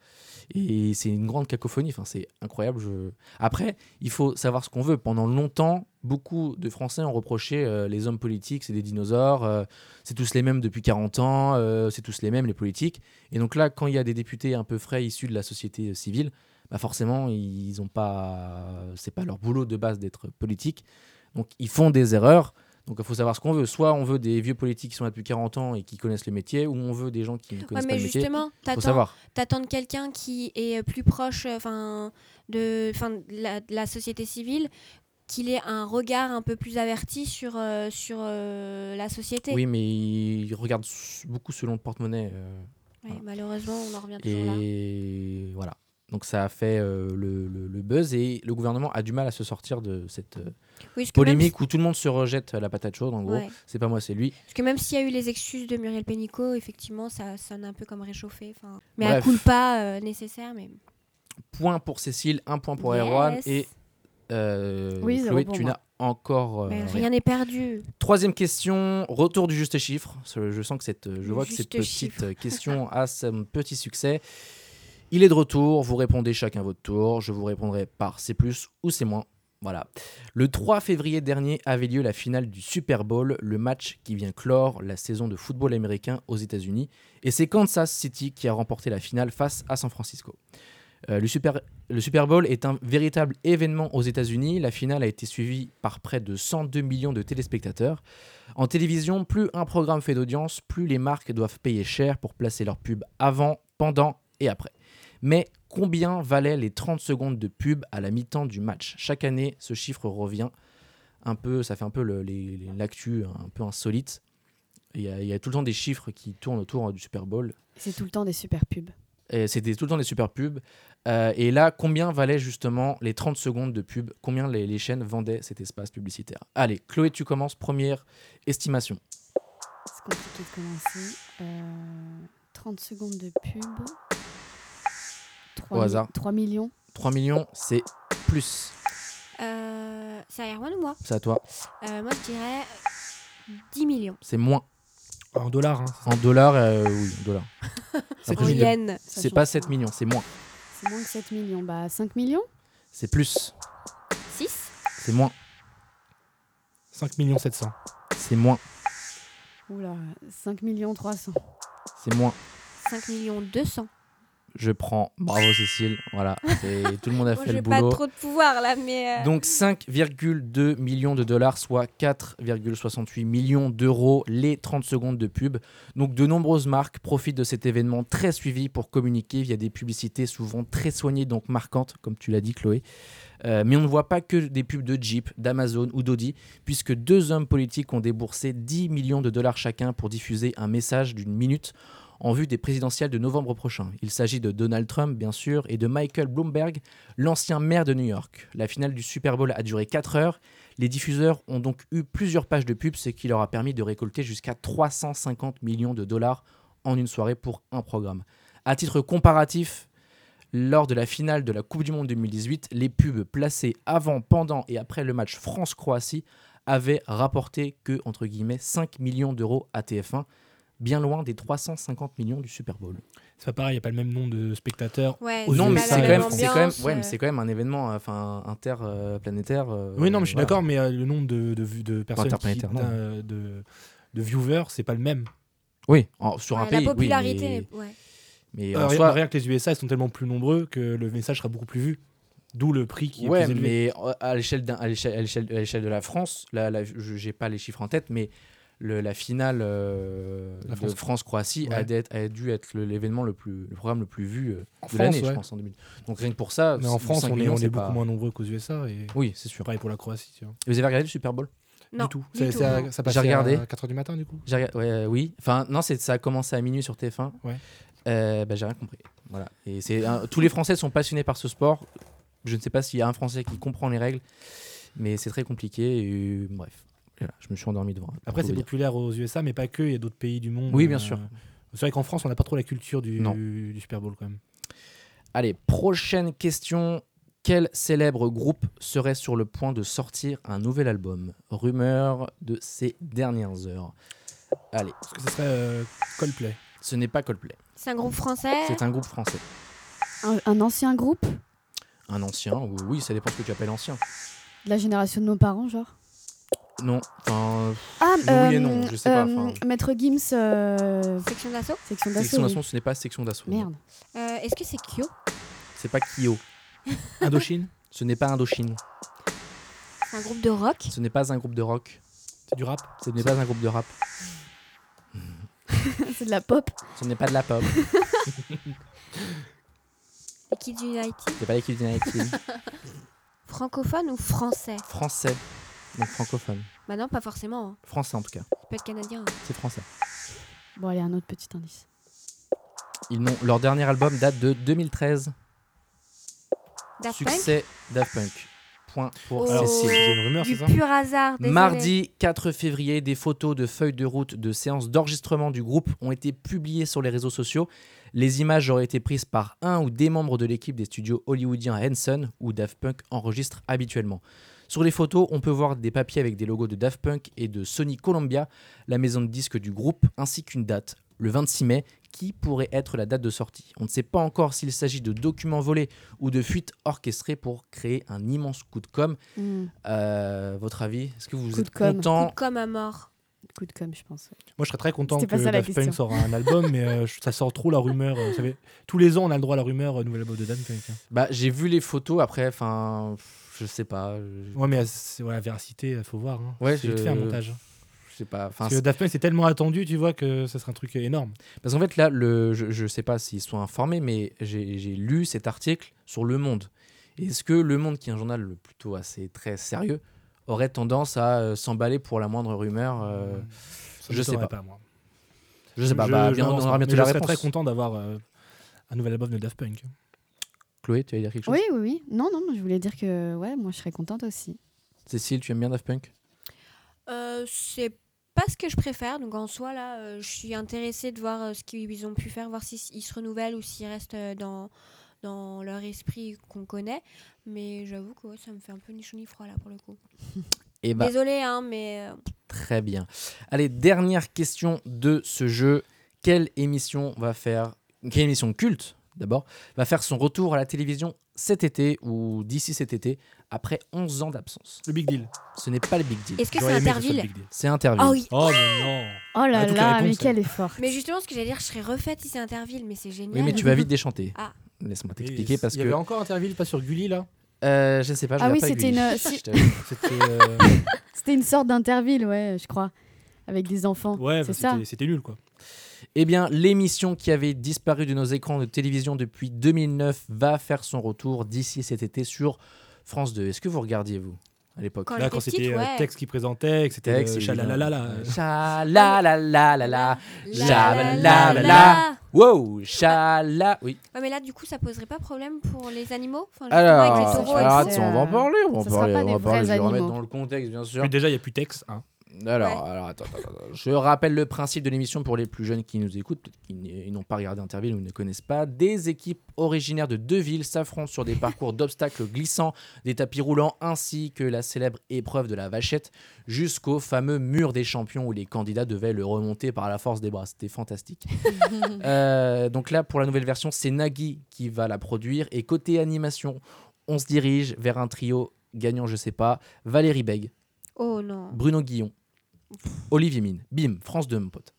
Speaker 2: Et c'est une grande cacophonie. Enfin, c'est incroyable. Je... Après, il faut savoir ce qu'on veut. Pendant longtemps, beaucoup de Français ont reproché euh, les hommes politiques, c'est des dinosaures. euh, c'est tous les mêmes depuis 40 ans. euh, c'est tous les mêmes les politiques. Et donc là, quand il y a des députés un peu frais issus de la société euh, civile, bah forcément, ils ont pas. C'est pas leur boulot de base d'être politique. Donc, ils font des erreurs. Donc il faut savoir ce qu'on veut. Soit on veut des vieux politiques qui sont là depuis 40 ans et qui connaissent le métier, ou on veut des gens qui ne
Speaker 5: Ouais,
Speaker 2: connaissent pas
Speaker 5: mais
Speaker 2: le métier.
Speaker 5: justement,
Speaker 2: faut
Speaker 5: t'attends
Speaker 2: savoir.
Speaker 5: t'attends de quelqu'un qui est plus proche euh, enfin de, 'fin, de la, de la société civile qu'il ait un regard un peu plus averti sur, euh, sur euh, la société.
Speaker 2: Oui, mais ils regardent s- beaucoup selon le porte-monnaie. euh,
Speaker 5: Ouais,
Speaker 2: voilà.
Speaker 5: Malheureusement, on en revient toujours là.
Speaker 2: et voilà. Donc ça a fait euh, le, le- le buzz et le gouvernement a du mal à se sortir de cette euh,
Speaker 5: Oui, parce que même
Speaker 2: polémique où tout le monde se rejette la patate chaude. En gros,
Speaker 5: Ouais.
Speaker 2: c'est pas moi, c'est lui.
Speaker 5: Parce que même s'il y a eu les excuses de Muriel Pénicaud, effectivement, ça sonne un peu comme réchauffé. enfin, Mais à
Speaker 2: Bref.
Speaker 5: coup pas euh, nécessaire. Mais...
Speaker 2: Point pour Cécile, un point pour
Speaker 5: Yes.
Speaker 2: Erwan et euh,
Speaker 3: Oui, zéro
Speaker 2: Chloé,
Speaker 3: pour
Speaker 2: tu
Speaker 3: moi.
Speaker 2: n'as encore euh,
Speaker 5: Mais
Speaker 2: rien.
Speaker 5: rien n'est perdu.
Speaker 2: Troisième question, retour du juste chiffre. Ce- Je sens que cette, euh, je
Speaker 5: Le
Speaker 2: vois que cette
Speaker 5: juste
Speaker 2: petite
Speaker 5: chiffre.
Speaker 2: euh, question a son petit succès. Il est de retour, vous répondez chacun votre tour, je vous répondrai par c'est plus ou c'est moins. Voilà. Le 3 février dernier avait lieu la finale du Super Bowl, le match qui vient clore la saison de football américain aux États-Unis. Et c'est Kansas City qui a remporté la finale face à San Francisco. Euh, le, Super, le Super Bowl est un véritable événement aux États-Unis. La finale a été suivie par près de 102 millions de téléspectateurs. En télévision, plus un programme fait d'audience, plus les marques doivent payer cher pour placer leurs pubs avant, pendant et après. Mais combien valaient les 30 secondes de pub à la mi-temps du match Chaque année, ce chiffre revient un peu, ça fait un peu le- les- les- l'actu un peu insolite. Il y, a, il y a tout le temps des chiffres qui tournent autour euh, du Super Bowl.
Speaker 3: C'est tout le temps des super pubs.
Speaker 2: Et C'était tout le temps des super pubs. Euh, et là, combien valaient justement les 30 secondes de pub Combien les, les chaînes vendaient cet espace publicitaire Allez, Chloé, tu commences. Première estimation.
Speaker 3: C'est compliqué de commencer. Euh, 30 secondes de pub. 3
Speaker 2: Au hasard.
Speaker 3: 3 millions.
Speaker 2: 3 millions, c'est plus.
Speaker 5: Euh, c'est à Erwan ou moi
Speaker 2: C'est à toi.
Speaker 5: Euh, Moi, je dirais 10 millions.
Speaker 2: C'est moins.
Speaker 4: En dollars, hein, c'est ça
Speaker 2: En dollars, euh, oui, en dollars.
Speaker 4: C'est
Speaker 2: Après,
Speaker 5: En
Speaker 2: j'ai dit-
Speaker 5: yens.
Speaker 3: Ça
Speaker 2: C'est
Speaker 3: change
Speaker 2: pas 7 millions, c'est moins.
Speaker 3: C'est moins que 7 millions. Bah, 5 millions
Speaker 2: C'est plus.
Speaker 5: 6
Speaker 2: C'est moins.
Speaker 4: 5 millions 700.
Speaker 2: C'est moins.
Speaker 3: Oula, 5 millions 300.
Speaker 2: C'est moins.
Speaker 5: 5 millions 200.
Speaker 2: Je prends. Bravo, Cécile. Voilà. c'est- Tout le monde a
Speaker 5: Bon,
Speaker 2: fait
Speaker 5: j'ai
Speaker 2: le
Speaker 5: pas
Speaker 2: boulot.
Speaker 5: trop de pouvoir là, mais. euh,
Speaker 2: Donc 5,2 millions de dollars, soit 4,68 millions d'euros les 30 secondes de pub. Donc de nombreuses marques profitent de cet événement très suivi pour communiquer via des publicités souvent très soignées, donc marquantes, comme tu l'as dit Chloé. Euh, mais on ne voit pas que des pubs de Jeep, d'Amazon ou d'Audi, puisque deux hommes politiques ont déboursé 10 millions de dollars chacun pour diffuser un message d'une minute en vue des présidentielles de novembre prochain. Il s'agit de Donald Trump, bien sûr, et de Michael Bloomberg, l'ancien maire de New York. La finale du Super Bowl a duré 4 heures. Les diffuseurs ont donc eu plusieurs pages de pub, ce qui leur a permis de récolter jusqu'à 350 millions de dollars en une soirée pour un programme. À titre comparatif, lors de la finale de la Coupe du Monde 2018, les pubs placées avant, pendant et après le match France-Croatie avaient rapporté que, entre guillemets, 5 millions d'euros à TF1, bien loin des 350 millions du Super Bowl.
Speaker 4: C'est pas pareil, il n'y a pas le même nombre de spectateurs.
Speaker 5: Ouais,
Speaker 4: Aux
Speaker 2: Non,
Speaker 5: pas
Speaker 2: mais
Speaker 5: la
Speaker 2: c'est
Speaker 5: même
Speaker 2: quand même,
Speaker 5: ambiance,
Speaker 2: c'est quand même, ouais,
Speaker 5: euh,
Speaker 2: mais c'est quand même un événement, euh, enfin interplanétaire. euh,
Speaker 4: oui, non, mais je suis d'accord, mais euh, le nombre de, de, vues- de personnes, qui-
Speaker 2: interplanétaire, non.
Speaker 4: euh, de, de viewers, c'est pas le même.
Speaker 2: Oui, en- sur un
Speaker 5: ouais,
Speaker 2: pays.
Speaker 5: La
Speaker 2: oui,
Speaker 5: popularité, ouais.
Speaker 2: mais, mais
Speaker 4: Euh,
Speaker 2: en
Speaker 4: rien,
Speaker 2: soi,
Speaker 4: rien que les USA, ils sont tellement plus nombreux que le message sera beaucoup plus vu. D'où le prix qui est
Speaker 2: ouais,
Speaker 4: plus élevé.
Speaker 2: mais euh, à l'échelle d'un- à l'échelle- à l'échelle à l'échelle de la France, là, là, je- j'ai pas les chiffres en tête, mais le- la finale euh,
Speaker 4: La
Speaker 2: de
Speaker 4: France-
Speaker 2: France-Croatie a,
Speaker 4: Ouais.
Speaker 2: d'être- a dû être le- l'événement le plus, le programme le plus vu euh,
Speaker 4: En
Speaker 2: de
Speaker 4: France,
Speaker 2: l'année, je
Speaker 4: ouais.
Speaker 2: pense, en 2000. Donc rien que pour ça,
Speaker 4: Mais en
Speaker 2: c-
Speaker 4: France,
Speaker 2: 5
Speaker 4: on est,
Speaker 2: millions,
Speaker 4: on
Speaker 2: c'est
Speaker 4: est beaucoup
Speaker 2: pas-
Speaker 4: moins nombreux qu'aux USA. Et
Speaker 2: Oui, c'est sûr.
Speaker 4: pareil pour la Croatie, tu vois.
Speaker 2: Vous avez regardé le Super Bowl
Speaker 5: Non,
Speaker 4: du tout.
Speaker 5: du
Speaker 4: Ça-
Speaker 5: tout,
Speaker 4: ça-
Speaker 5: non.
Speaker 4: ça passait
Speaker 2: J'ai regardé.
Speaker 4: à 4h du matin, du coup
Speaker 2: J'ai rega- ouais, euh, oui, enfin non, c'est ça a commencé à minuit sur TF1.
Speaker 4: Ouais.
Speaker 2: Euh, bah, j'ai rien compris. Voilà. Et c'est un- tous les Français sont passionnés par ce sport. Je ne sais pas s'il y a un Français qui comprend les règles, mais c'est très compliqué. et, euh, bref, Voilà, je me suis endormi devant. hein, pour
Speaker 4: Après,
Speaker 2: tout
Speaker 4: c'est
Speaker 2: vous dire.
Speaker 4: populaire aux USA, mais pas que. Il y a d'autres pays du monde. euh.
Speaker 2: Oui, bien sûr.
Speaker 4: C'est vrai qu'en France, on n'a pas trop la culture du,
Speaker 2: Non.
Speaker 4: du Super Bowl quand même.
Speaker 2: Allez, prochaine question. Quel célèbre groupe serait sur le point de sortir un nouvel album Rumeur de ces dernières heures. Allez,
Speaker 4: Parce que ce serait euh, Coldplay.
Speaker 2: ce n'est pas Coldplay.
Speaker 5: C'est un groupe français.
Speaker 2: C'est un groupe français.
Speaker 3: Un, un ancien groupe
Speaker 2: Un ancien, ou- oui, ça dépend ce que tu appelles ancien.
Speaker 3: De la génération de nos parents, genre
Speaker 2: Non, enfin,
Speaker 3: Ah,
Speaker 2: Oui et non, je sais pas, enfin.
Speaker 3: Maître Gims, euh,
Speaker 5: Section d'assaut.
Speaker 2: Section
Speaker 3: section d'assaut. oui.
Speaker 2: d'assaut, ce n'est pas section d'assaut. non.
Speaker 3: Merde.
Speaker 5: Euh, Est-ce que c'est Kyo
Speaker 2: C'est pas Kyo.
Speaker 4: Indochine
Speaker 2: Ce n'est pas Indochine.
Speaker 5: C'est un groupe de rock
Speaker 2: Ce n'est pas un groupe de rock.
Speaker 4: C'est du rap.
Speaker 2: Ce n'est pas un groupe de rap.
Speaker 3: C'est de la pop.
Speaker 2: Ce n'est pas de la pop.
Speaker 5: Les Kids United,
Speaker 2: Ce n'est pas l'équipe d'United.
Speaker 5: francophone ou français
Speaker 2: Français. Donc francophone.
Speaker 5: Bah non, pas forcément. hein.
Speaker 2: Français en tout cas.
Speaker 5: Il peut être canadien. hein.
Speaker 2: C'est français.
Speaker 3: Bon, allez, un autre petit indice.
Speaker 2: Ils n'ont- leur dernier album date de 2013.
Speaker 5: Daft Punk
Speaker 2: Succès Daft Punk. Point pour
Speaker 5: Oh.
Speaker 4: Alors, c'est
Speaker 2: Cécile.
Speaker 4: c'est une rumeur,
Speaker 5: Du
Speaker 4: c'est ça
Speaker 5: pur hasard. désolé.
Speaker 2: Mardi 4 février, des photos de feuilles de route de séances d'enregistrement du groupe ont été publiées sur les réseaux sociaux. Les images auraient été prises par un ou des membres de l'équipe des studios hollywoodiens à Henson, où Daft Punk enregistre habituellement. Sur les photos, on peut voir des papiers avec des logos de Daft Punk et de Sony Columbia, la maison de disques du groupe, ainsi qu'une date, le 26 mai, qui pourrait être la date de sortie. On ne sait pas encore s'il s'agit de documents volés ou de fuites orchestrées pour créer un immense coup de com',
Speaker 3: Hmm,
Speaker 2: euh, votre avis Est-ce que vous
Speaker 3: Coup de
Speaker 2: êtes
Speaker 3: com'.
Speaker 2: content
Speaker 5: Comme à mort.
Speaker 3: Coup de com', je pense.
Speaker 4: Moi, je serais très content que
Speaker 3: C'était pas ça, la
Speaker 4: Daft Punk
Speaker 3: question.
Speaker 4: sorte un album, mais euh, je- ça sort trop la rumeur. euh, vous savez, tous les ans, on a le droit à la rumeur euh, nouvel album de Daft Punk. hein.
Speaker 2: Bah, j'ai vu les photos après, enfin, pff, je sais pas, je
Speaker 4: Ouais, mais euh, c'est ouais, la véracité, il faut voir. Hein.
Speaker 2: Ouais,
Speaker 4: c'est vite
Speaker 2: je-
Speaker 4: fait un montage. hein.
Speaker 2: je sais pas. Enfin,
Speaker 4: Parce que
Speaker 2: c'est-
Speaker 4: Daft Punk, c'est tellement attendu, tu vois, que ça serait un truc énorme.
Speaker 2: parce qu'en fait là, le, je, je sais pas s'ils sont informés, mais j'ai j'ai lu cet article sur Le Monde. Est-ce que Le Monde, qui est un journal le plutôt assez très sérieux, aurait tendance à euh, s'emballer pour la moindre rumeur euh,
Speaker 4: Ça
Speaker 2: je
Speaker 4: m'étonnerait
Speaker 2: sais pas.
Speaker 4: moi.
Speaker 2: Je sais pas. bah,
Speaker 4: je
Speaker 2: bien, on
Speaker 4: n'avance
Speaker 2: aura
Speaker 4: pas,
Speaker 2: bientôt
Speaker 4: mais
Speaker 2: la
Speaker 4: je serais
Speaker 2: réponse.
Speaker 4: très content d'avoir euh, un nouvel album de Daft Punk.
Speaker 2: Chloé, tu vas dire quelque chose
Speaker 3: Oui, oui, oui. Non, non, mais je voulais dire que ouais, moi, je serais contente aussi.
Speaker 2: Cécile, tu aimes bien Daft Punk
Speaker 5: Euh, c'est pas ce que je préfère. Donc en soi, là, euh, je suis intéressée de voir euh, ce qu'ils ont pu faire, voir s'ils s- ils se renouvellent ou s'ils restent euh, dans, dans leur esprit qu'on connaît. Mais j'avoue que ouais, ça me fait un peu ni chaud ni froid, là, pour le coup.
Speaker 2: Eh bah,
Speaker 5: Désolée, hein, mais euh,
Speaker 2: Très bien. Allez, dernière question de ce jeu. Quelle émission va faire, quelle émission culte d'abord, va faire son retour à la télévision cet été ou d'ici cet été après 11 ans d'absence
Speaker 4: Le Big Deal.
Speaker 2: Ce n'est pas le big deal.
Speaker 5: est-ce que
Speaker 4: J'aurais
Speaker 5: c'est
Speaker 4: aimé que ce soit le
Speaker 5: Interville
Speaker 4: Big Deal.
Speaker 2: C'est Interview.
Speaker 5: Ah oui.
Speaker 4: Oh, mais non
Speaker 3: Oh là
Speaker 4: Ah, toutes les
Speaker 3: là, mais
Speaker 4: réponses,
Speaker 3: quelle est forte.
Speaker 5: Mais justement, ce que j'allais dire, je serais refaite si c'est Interville, mais c'est génial.
Speaker 2: Oui, mais tu vas vite déchanter.
Speaker 5: Ah.
Speaker 2: Laisse-moi
Speaker 4: Et
Speaker 2: t'expliquer parce
Speaker 4: Il y avait
Speaker 2: que
Speaker 4: encore Interville, pas sur Gulli, là
Speaker 2: euh, je ne sais pas. Je
Speaker 3: Ah
Speaker 2: vois
Speaker 3: oui,
Speaker 2: pas
Speaker 3: c'était
Speaker 2: Gulli.
Speaker 3: une- si-
Speaker 2: Je t'avoue.
Speaker 4: C'était. euh,
Speaker 3: C'était une sorte d'interville, ouais, je crois. Avec des enfants.
Speaker 4: Ouais,
Speaker 3: c'est ça.
Speaker 4: bah, c'était- c'était nul, quoi.
Speaker 2: Eh bien, l'émission qui avait disparu de nos écrans de télévision depuis 2009 va faire son retour d'ici cet été sur France 2. Est-ce que vous regardiez vous à l'époque
Speaker 5: Quand
Speaker 4: Là,
Speaker 5: j'étais
Speaker 4: quand
Speaker 5: petite,
Speaker 4: c'était euh,
Speaker 5: ouais.
Speaker 4: Tex qui présentait, que c'était
Speaker 2: Texte,
Speaker 4: euh,
Speaker 2: évidemment.
Speaker 4: chalalalala.
Speaker 2: Chalalalalala.
Speaker 5: La,
Speaker 2: La,
Speaker 5: la,
Speaker 2: la,
Speaker 5: la,
Speaker 2: la.
Speaker 5: la.
Speaker 2: Wow, chala. Oui.
Speaker 5: Ouais, mais là, du coup, ça poserait pas problème pour les animaux Enfin, justement,
Speaker 2: Alors,
Speaker 5: avec les
Speaker 3: taureaux,
Speaker 2: alors,
Speaker 3: etc.
Speaker 2: attends, on va en parler. On va en
Speaker 3: Ce sera
Speaker 2: parler.
Speaker 3: pas
Speaker 2: on
Speaker 3: des
Speaker 2: va parler.
Speaker 3: vrais
Speaker 2: Je vais le remettre
Speaker 3: animaux.
Speaker 2: dans le contexte, bien sûr.
Speaker 4: Puis déjà, il n'y a plus Tex. hein.
Speaker 2: Alors,
Speaker 5: Ouais.
Speaker 2: alors attends, attends, attends, attends. je rappelle le principe de l'émission pour les plus jeunes qui nous écoutent, peut-être qu'ils n- ils n'ont pas regardé Interville ou ne connaissent pas. Des équipes originaires de deux villes s'affrontent sur des parcours d'obstacles glissants, des tapis roulants ainsi que la célèbre épreuve de la vachette jusqu'au fameux mur des champions où les candidats devaient le remonter par la force des bras. C'était fantastique. Euh, donc là, pour la nouvelle version, c'est Nagui qui va la produire et côté animation, on se dirige vers un trio gagnant, je sais pas, Valérie Beg.
Speaker 5: Oh non.
Speaker 2: Bruno Guillon, Olivier Mine, bim, France 2, mon pote.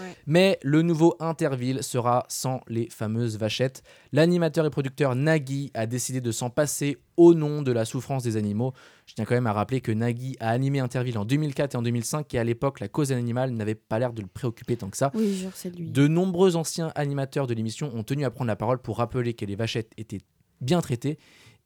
Speaker 5: Ouais.
Speaker 2: Mais le nouveau Interville sera sans les fameuses vachettes. L'animateur et producteur Nagui a décidé de s'en passer au nom de la souffrance des animaux. Je tiens quand même à rappeler que Nagui a animé Interville en 2004 et en 2005 et à l'époque, la cause animale n'avait pas l'air de le préoccuper tant que ça.
Speaker 3: Oui, jure, c'est lui.
Speaker 2: De nombreux anciens animateurs de l'émission ont tenu à prendre la parole pour rappeler que les vachettes étaient bien traitées.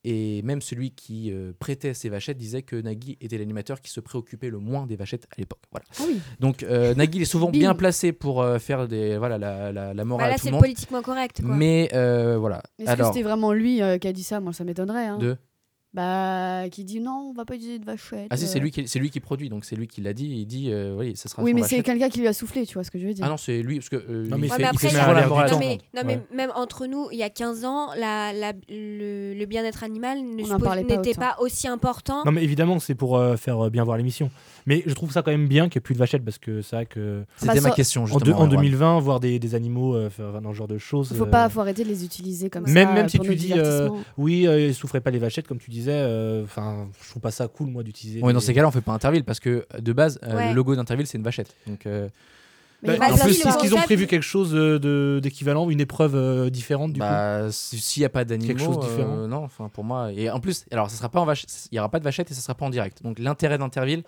Speaker 2: Et même celui qui euh, prêtait ces vachettes disait que Nagui était l'animateur qui se préoccupait le moins des vachettes à l'époque. Voilà.
Speaker 3: Ah oui.
Speaker 2: Donc euh, Nagui il est souvent
Speaker 3: Bim.
Speaker 2: bien placé pour euh, faire des, voilà, la, la- la morale
Speaker 5: Bah, là,
Speaker 2: à tout
Speaker 5: c'est
Speaker 2: le
Speaker 5: le
Speaker 2: monde.
Speaker 5: politiquement correct, quoi.
Speaker 2: Mais euh, voilà.
Speaker 3: Est-ce
Speaker 2: Alors,
Speaker 3: que c'était vraiment lui euh, qui a dit ça Moi, ça m'étonnerait. hein.
Speaker 2: de...
Speaker 3: Bah, qui dit non, on va pas utiliser de vachette.
Speaker 2: Ah si, c'est
Speaker 3: euh.
Speaker 2: lui, qui, c'est lui qui produit, donc c'est lui qui l'a dit. Il dit, euh, oui, ça sera
Speaker 3: Oui,
Speaker 2: sans
Speaker 3: mais c'est
Speaker 2: vachette.
Speaker 3: quelqu'un qui lui a soufflé, tu vois ce que je veux dire.
Speaker 2: Ah non, c'est lui, parce que... euh,
Speaker 4: Non, mais
Speaker 2: il
Speaker 4: il
Speaker 2: fait,
Speaker 5: Ouais, mais
Speaker 4: fait- il
Speaker 5: après,
Speaker 4: fait
Speaker 5: il y a-
Speaker 2: souvent la
Speaker 4: merveille
Speaker 2: morale à
Speaker 4: du
Speaker 2: tout
Speaker 5: non,
Speaker 2: le
Speaker 5: mais,
Speaker 2: monde.
Speaker 5: non, mais même entre nous, il y a 15 ans, la, la- le, le bien-être animal ne
Speaker 3: On en
Speaker 5: se pose-
Speaker 3: parlait pas
Speaker 5: n'était
Speaker 3: autant.
Speaker 5: pas, aussi important.
Speaker 4: Non, Hein mais évidemment, c'est pour euh, faire euh, bien voir l'émission. Mais je trouve ça quand même bien qu'il n'y ait plus de vachettes parce que c'est vrai que.
Speaker 2: C'était
Speaker 3: Bah,
Speaker 2: ma
Speaker 3: ça-
Speaker 2: question,
Speaker 4: En, deux-
Speaker 2: justement.
Speaker 4: en
Speaker 2: Erwan.
Speaker 4: 2020, voir des, des animaux euh, faire- dans ce genre de choses.
Speaker 3: Faut
Speaker 4: euh,
Speaker 3: pas, faut arrêter de les utiliser comme
Speaker 4: Même-
Speaker 3: ça.
Speaker 4: même si
Speaker 3: pour
Speaker 4: tu
Speaker 3: nos
Speaker 4: dis, euh,
Speaker 3: divertissements.
Speaker 4: Oui, euh, ils souffraient pas les vachettes, comme tu disais. euh, Enfin, je trouve pas ça cool, moi, d'utiliser.
Speaker 2: Ouais, dans
Speaker 4: des-
Speaker 2: ces cas-là, on fait pas Interville parce que de base, euh,
Speaker 5: Ouais.
Speaker 2: le logo d'Interville, c'est une vachette. Donc, euh,
Speaker 3: Mais il
Speaker 4: Bah,
Speaker 5: Bah,
Speaker 4: en
Speaker 3: reste
Speaker 5: ça,
Speaker 4: plus,
Speaker 5: c'est
Speaker 3: ça.
Speaker 5: le
Speaker 4: est-ce qu'ils ont
Speaker 5: concept.
Speaker 4: prévu quelque chose euh, de- d'équivalent, une épreuve euh, différente du coup
Speaker 2: bah, si- s'il n'y a pas d'animaux,
Speaker 4: Quelque chose de
Speaker 2: euh,
Speaker 4: différent.
Speaker 2: non, enfin pour moi. Et en plus, alors, ça sera pas en vachette, il y aura pas de vachette et ça sera pas en direct. Donc l'intérêt d'Interville,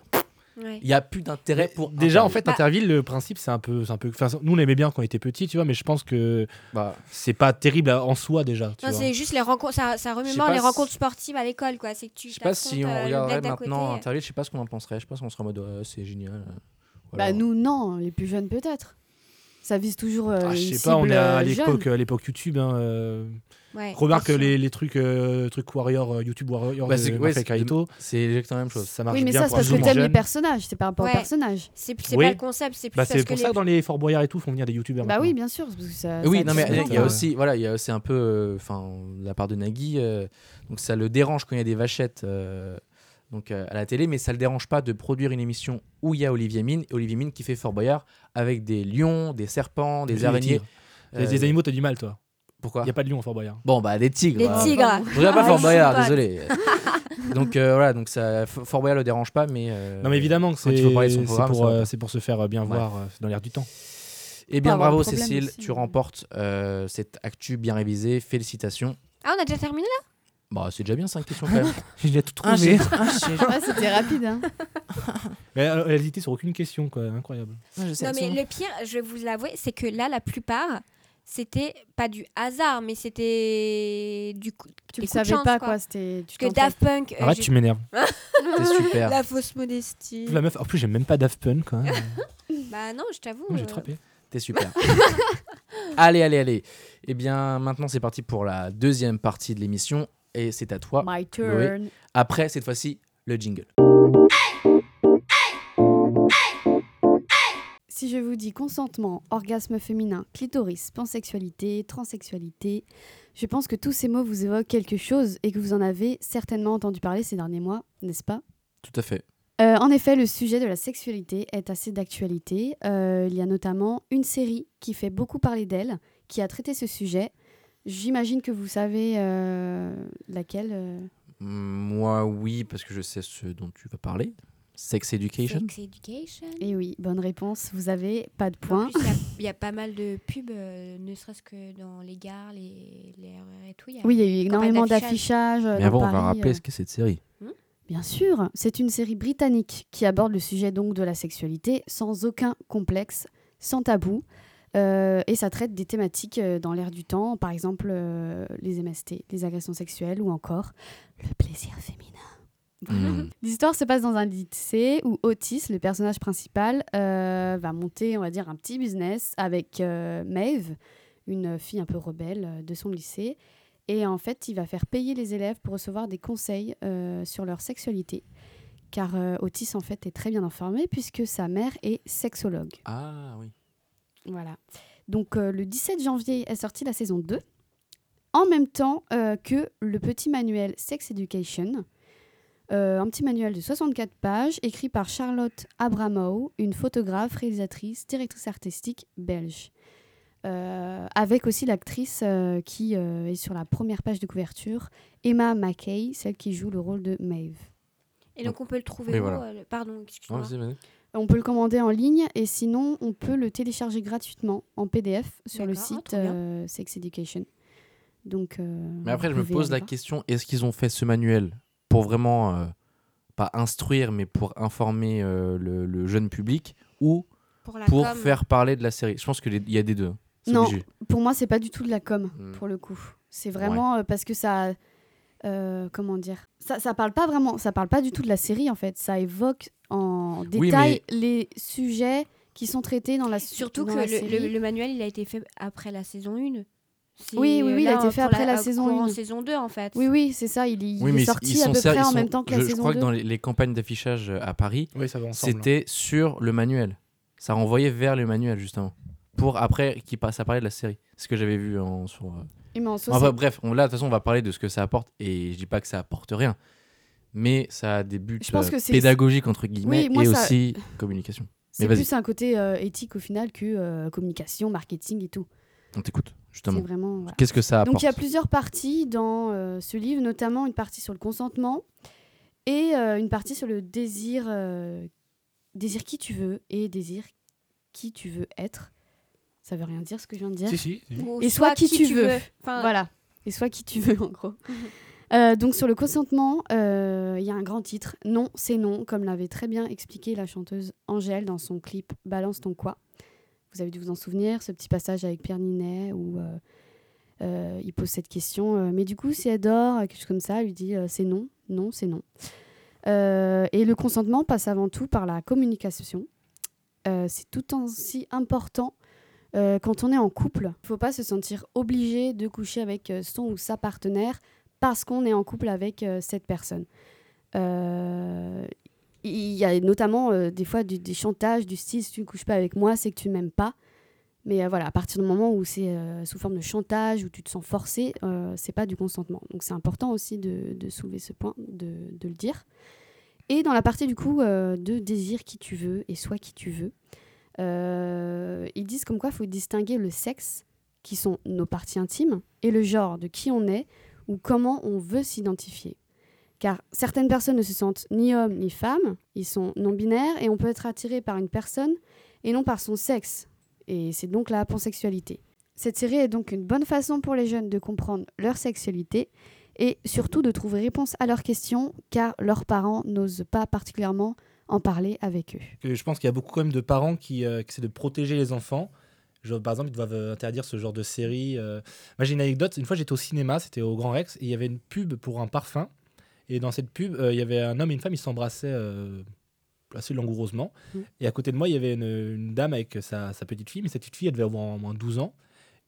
Speaker 5: Ouais.
Speaker 2: Il n'y a plus d'intérêt
Speaker 4: Mais
Speaker 2: pour.
Speaker 4: déjà, en
Speaker 2: Interville.
Speaker 4: fait,
Speaker 3: Bah.
Speaker 4: Interville, le principe, c'est un peu. c'est un peu enfin, nous, on l'aimait bien quand on était petits, tu vois, mais je pense que
Speaker 2: Bah,
Speaker 4: c'est pas terrible à- en soi déjà. Tu
Speaker 5: Non,
Speaker 4: vois.
Speaker 5: c'est juste les rencontres, ça, ça remémore
Speaker 2: pas
Speaker 5: les
Speaker 2: si-
Speaker 5: rencontres sportives à l'école, quoi. C'est que tu
Speaker 2: je sais pas si on
Speaker 5: t'affrontes, euh, le
Speaker 2: regarderait
Speaker 5: bled d'à côté.
Speaker 2: maintenant Interville, je sais pas ce qu'on en penserait. Je sais pas si on serait en mode ouais, c'est génial. Ou
Speaker 3: Bah
Speaker 2: alors-
Speaker 3: nous non, les plus jeunes peut-être. Ça vise toujours euh,
Speaker 4: Ah, je
Speaker 3: une
Speaker 4: sais pas, on
Speaker 3: cible,
Speaker 4: est à
Speaker 3: euh,
Speaker 4: l'époque,
Speaker 3: jeune.
Speaker 4: à l'époque YouTube. hein, euh,
Speaker 5: Ouais,
Speaker 4: Remarque
Speaker 5: bien sûr.
Speaker 4: les, les trucs, euh, trucs Warrior, euh, YouTube Warrior
Speaker 2: Bah,
Speaker 4: de
Speaker 2: c'est- ouais,
Speaker 4: Marcel
Speaker 2: c'est-
Speaker 4: Carito,
Speaker 2: C'est exactement la même chose.
Speaker 4: ça marche
Speaker 3: Oui, mais
Speaker 4: bien
Speaker 3: ça c'est
Speaker 4: pour
Speaker 3: parce
Speaker 4: un
Speaker 3: que
Speaker 4: jeune.
Speaker 3: t'aimes les personnages, c'est par rapport
Speaker 5: Ouais.
Speaker 3: aux personnages.
Speaker 5: C'est c'est
Speaker 4: Oui.
Speaker 5: pas le concept, c'est plus
Speaker 4: Bah,
Speaker 5: parce
Speaker 4: c'est
Speaker 5: que
Speaker 4: pour
Speaker 5: les...
Speaker 4: ça que dans les Fort Boyard et tout font venir des youtubeurs.
Speaker 3: Bah oui,
Speaker 4: maintenant.
Speaker 3: bien sûr, parce que ça.
Speaker 2: Oui,
Speaker 3: Euh, ça hein.
Speaker 2: non mais il y
Speaker 3: attire
Speaker 2: a-
Speaker 3: les
Speaker 2: il y a
Speaker 3: gens.
Speaker 4: Ouais.
Speaker 2: aussi voilà, il y a c'est un peu euh, enfin de la part de Nagui euh, donc ça le dérange quand il y a des vachettes euh, donc euh, à la télé mais ça le dérange pas de produire une émission où il y a Olivier Mine et Olivier Mine qui fait Fort Boyard avec des lions, des serpents, des
Speaker 4: Des
Speaker 2: araignées.
Speaker 4: tigres. Les-
Speaker 2: Euh,
Speaker 4: Les animaux, t'as du mal, toi.
Speaker 2: pourquoi
Speaker 4: Il y a pas de lion à Fort Boyard.
Speaker 2: Bon bah des tigres.
Speaker 5: les
Speaker 2: bah,
Speaker 5: tigres.
Speaker 2: Je regarde pas
Speaker 5: Ah,
Speaker 2: Fort
Speaker 5: je
Speaker 2: Boyard,
Speaker 5: suis pas-
Speaker 2: désolé. donc euh, voilà, donc ça F- Fort Boyard le dérange pas mais euh,
Speaker 4: Non mais évidemment que
Speaker 2: quand
Speaker 4: c'est
Speaker 2: il faut parler de son
Speaker 4: c'est
Speaker 2: programme,
Speaker 4: pour,
Speaker 2: ça va
Speaker 4: euh,
Speaker 2: pas.
Speaker 4: c'est pour se faire euh, bien
Speaker 2: Ouais.
Speaker 4: voir euh, dans l'air du temps.
Speaker 2: Eh bien
Speaker 3: Pas avoir de
Speaker 2: bravo
Speaker 3: problème
Speaker 2: Cécile,
Speaker 3: aussi,
Speaker 2: tu
Speaker 3: mais-
Speaker 2: remportes euh, cette actu bien révisée, félicitations.
Speaker 5: Ah, on a déjà terminé là
Speaker 2: Bah c'est déjà bien 5 questions quand même.
Speaker 4: Il a tout
Speaker 2: Ah,
Speaker 4: trouvé.
Speaker 2: j'ai- ah, j'ai-
Speaker 3: Ouais, c'était rapide. hein.
Speaker 4: Mais elle elle hésitait sur aucune question, quoi. Incroyable.
Speaker 2: Ah, je sais
Speaker 5: Non, mais
Speaker 2: absolument.
Speaker 5: le pire, je vais vous l'avouer, c'est que là, la plupart, c'était pas du hasard, mais c'était du coup.
Speaker 3: Tu
Speaker 5: des
Speaker 3: le
Speaker 5: coups de
Speaker 3: savais
Speaker 5: chance,
Speaker 3: pas
Speaker 5: quoi.
Speaker 3: quoi, c'était. tu
Speaker 5: Parce que
Speaker 3: tentais.
Speaker 5: Daft Punk. euh,
Speaker 4: Arrête,
Speaker 5: j'ai-
Speaker 4: tu m'énerves.
Speaker 2: T'es super.
Speaker 5: La fausse modestie.
Speaker 4: La meuf. En plus, j'aime même pas Daft Punk, quoi. Moi,
Speaker 5: Bah non, je t'avoue.
Speaker 4: j'ai
Speaker 5: euh,
Speaker 4: trappé.
Speaker 2: T'es super. allez, allez, allez. Eh bien, maintenant, c'est parti pour la deuxième partie de l'émission. Et c'est à toi.
Speaker 3: My turn.
Speaker 2: Après, cette fois-ci, le jingle.
Speaker 3: Si je vous dis consentement, orgasme féminin, clitoris, pansexualité, transsexualité, je pense que tous ces mots vous évoquent quelque chose et que vous en avez certainement entendu parler ces derniers mois, n'est-ce pas
Speaker 2: Tout à fait.
Speaker 3: Euh, en effet, le sujet de la sexualité est assez d'actualité. Euh, il y a notamment une série qui fait beaucoup parler d'elle, qui a traité ce sujet. J'imagine que vous savez euh, laquelle. euh.
Speaker 2: Moi, oui, parce que je sais ce dont tu vas parler. Sex Education.
Speaker 5: Sex Education.
Speaker 3: Eh oui, bonne réponse. Vous avez pas de
Speaker 5: En
Speaker 3: point.
Speaker 5: plus, il y a- il y, a pas mal de pubs, euh, ne serait-ce que dans les gares, les, les RER et tout. il y a-
Speaker 3: Oui, il y a eu
Speaker 5: Campagne
Speaker 3: énormément
Speaker 5: d'affichage.
Speaker 3: d'affichages. euh,
Speaker 2: Mais
Speaker 3: dans
Speaker 2: avant, on va
Speaker 3: Paris,
Speaker 2: rappeler
Speaker 3: euh.
Speaker 2: ce qu'est cette série.
Speaker 3: Bien sûr, c'est une série britannique qui aborde le sujet donc de la sexualité sans aucun complexe, sans tabou, euh, et ça traite des thématiques euh, dans l'air du temps, par exemple euh, les MST, les agressions sexuelles ou encore le plaisir féminin.
Speaker 2: Hmm.
Speaker 3: L'histoire se passe dans un lycée où Otis, le personnage principal, euh, va monter, on va dire, un petit business avec euh, Maeve, une fille un peu rebelle euh, de son lycée. Et en fait, il va faire payer les élèves pour recevoir des conseils euh, sur leur sexualité. Car euh, Otis, en fait, est très bien informé puisque sa mère est sexologue.
Speaker 2: Ah oui.
Speaker 3: Voilà. Donc euh, le 17 janvier est sortie la saison 2, en même temps euh, que le petit manuel Sex Education, euh, un petit manuel de 64 pages écrit par Charlotte Abramow, une photographe, réalisatrice, directrice artistique belge. Euh, avec aussi l'actrice euh, qui euh, est sur la première page de couverture, Emma Mackey, celle qui joue le rôle de Maeve.
Speaker 5: Et donc on peut le trouver.
Speaker 2: Oui,
Speaker 5: où,
Speaker 2: voilà.
Speaker 5: euh, le- Pardon,
Speaker 2: Ouais,
Speaker 5: excuse-moi.
Speaker 2: vas-y, vas-y.
Speaker 3: On peut le commander en ligne et sinon on peut le télécharger gratuitement en PDF sur le
Speaker 5: D'accord, ah,
Speaker 3: site
Speaker 5: trop bien.
Speaker 3: euh, Sex Education. Donc, euh,
Speaker 2: Mais après, je
Speaker 3: vous
Speaker 2: me
Speaker 3: pouvez
Speaker 2: pose
Speaker 3: aller
Speaker 2: la
Speaker 3: voir.
Speaker 2: question est-ce qu'ils ont fait ce manuel pour vraiment, euh, pas instruire, mais pour informer euh, le, le jeune public ou
Speaker 5: pour la
Speaker 2: pour
Speaker 5: com.
Speaker 2: faire parler de la série Je pense qu'il y a des deux. hein. C'est
Speaker 3: Non.
Speaker 2: obligé.
Speaker 3: Pour moi, c'est pas du tout de la com
Speaker 5: Hmm.
Speaker 2: Mm.
Speaker 3: pour le coup. C'est vraiment euh, parce que ça, euh, comment dire, ça, ça parle pas vraiment, ça parle pas du tout de la série en fait. Ça évoque en
Speaker 2: Oui,
Speaker 3: détail les sujets qui sont traités dans la
Speaker 5: Surtout
Speaker 3: dans
Speaker 5: que
Speaker 3: la
Speaker 5: le, le-
Speaker 3: série.
Speaker 5: le manuel, il a été fait après la saison 1. C'est,
Speaker 3: Oui, oui, oui, il a
Speaker 5: là,
Speaker 3: été fait
Speaker 5: pour
Speaker 3: après la
Speaker 5: euh,
Speaker 3: saison
Speaker 5: courant
Speaker 3: 1.
Speaker 5: saison 2, en fait.
Speaker 3: Oui, oui, c'est ça. Il, il
Speaker 2: Oui, mais
Speaker 3: est
Speaker 2: ils-
Speaker 3: sorti
Speaker 2: ils sont
Speaker 3: à peu
Speaker 2: ser-
Speaker 3: près
Speaker 2: ils
Speaker 3: en
Speaker 2: sont-
Speaker 3: même temps que
Speaker 2: je,
Speaker 3: la
Speaker 2: je
Speaker 3: saison
Speaker 2: crois
Speaker 3: 2.
Speaker 2: que dans les, les campagnes d'affichage euh, à Paris,
Speaker 4: Oui, ça va
Speaker 2: c'était sur le manuel. Ça renvoyait vers le manuel, justement. Pour après, qui passe à parler de la série. C'est Ce que j'avais vu en. Sur, euh,
Speaker 3: Et mais en soi,
Speaker 2: enfin,
Speaker 3: c'est-
Speaker 2: bref, on, là, de toute façon, on va parler de ce que ça apporte. Et je dis pas que ça apporte rien. Mais ça a des buts
Speaker 3: Je pense
Speaker 2: euh,
Speaker 3: que c'est-
Speaker 2: pédagogiques, entre guillemets,
Speaker 3: Oui, moi,
Speaker 2: et
Speaker 3: ça-
Speaker 2: aussi communication.
Speaker 3: c'est
Speaker 2: vas-y.
Speaker 3: plus un côté euh, éthique au final que euh, communication, marketing et tout.
Speaker 2: On t'écoute,
Speaker 3: C'est
Speaker 2: justement.
Speaker 3: vraiment. voilà.
Speaker 2: Qu'est-ce que ça apporte
Speaker 3: Donc il y a plusieurs parties dans euh, ce livre, notamment une partie sur le consentement et euh, une partie sur le désir, euh, désir qui tu veux et désir qui tu veux être. Ça veut rien dire ce que je viens de dire.
Speaker 4: Si, si.
Speaker 5: Ou
Speaker 3: Et sois qui tu veux.
Speaker 5: Enfin,
Speaker 3: Voilà. Et sois qui tu veux en gros. Euh, donc sur le consentement, euh, il y a un grand titre. Non, c'est non, comme l'avait très bien expliqué la chanteuse Angèle dans son clip Balance ton quoi. Vous avez dû vous en souvenir, ce petit passage avec Pierre Ninet où euh, euh, il pose cette question. euh, mais du coup, si elle dort, euh, quelque chose comme ça, elle lui dit euh, c'est non, non, c'est non. Euh, et le consentement passe avant tout par la communication. Euh, c'est tout aussi important euh, quand on est en couple. Il ne faut pas se sentir obligé de coucher avec euh, son ou sa partenaire parce qu'on est en couple avec euh, cette personne. Euh, Il y a notamment euh, des fois du- des chantages du style si tu ne couches pas avec moi, c'est que tu m'aimes pas. Mais euh, voilà, à partir du moment où c'est euh, sous forme de chantage, où tu te sens forcé, euh, c'est pas du consentement. Donc c'est important aussi de, de soulever ce point, de, de le dire. Et dans la partie du coup euh, de désir qui tu veux et sois qui tu veux, euh, ils disent comme quoi il faut distinguer le sexe, qui sont nos parties intimes, et le genre de qui on est ou comment on veut s'identifier. Car certaines personnes ne se sentent ni hommes ni femmes, ils sont non-binaires et on peut être attiré par une personne et non par son sexe. Et c'est donc la pansexualité. Cette série est donc une bonne façon pour les jeunes de comprendre leur sexualité et surtout de trouver réponse à leurs questions car leurs parents n'osent pas particulièrement en parler avec eux.
Speaker 4: que je pense qu'il y a beaucoup quand même de parents qui, euh, qui essaient de protéger les enfants. Genre, par exemple, ils doivent euh, interdire ce genre de série. euh. Moi, j'ai une anecdote. Une fois, j'étais au cinéma, c'était au Grand Rex, et il y avait une pub pour un parfum. Et dans cette pub, euh, il y avait un homme et une femme, ils s'embrassaient euh, assez langoureusement.
Speaker 3: Mhm.
Speaker 4: Et à côté de moi, il y avait une, une dame avec sa, sa petite fille, mais cette petite fille, elle devait avoir au moins 12 ans.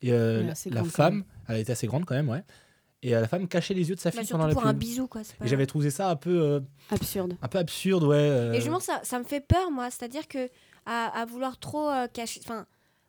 Speaker 4: Et euh,
Speaker 3: Elle est
Speaker 4: la,
Speaker 3: assez
Speaker 4: la
Speaker 3: grande quand
Speaker 4: femme, elle était assez grande quand même, ouais. Et euh, la femme cachait les yeux de sa
Speaker 5: Bah,
Speaker 4: fille pendant
Speaker 5: surtout
Speaker 4: la
Speaker 5: pour un
Speaker 4: pub.
Speaker 5: bisou, quoi. c'est pas-
Speaker 4: Et j'avais trouvé ça un peu, euh,
Speaker 3: Absurde.
Speaker 4: un peu absurde, ouais. euh.
Speaker 5: Et justement, ça, ça me fait peur, moi. C'est-à-dire que à, à vouloir trop euh, cacher. Enfin,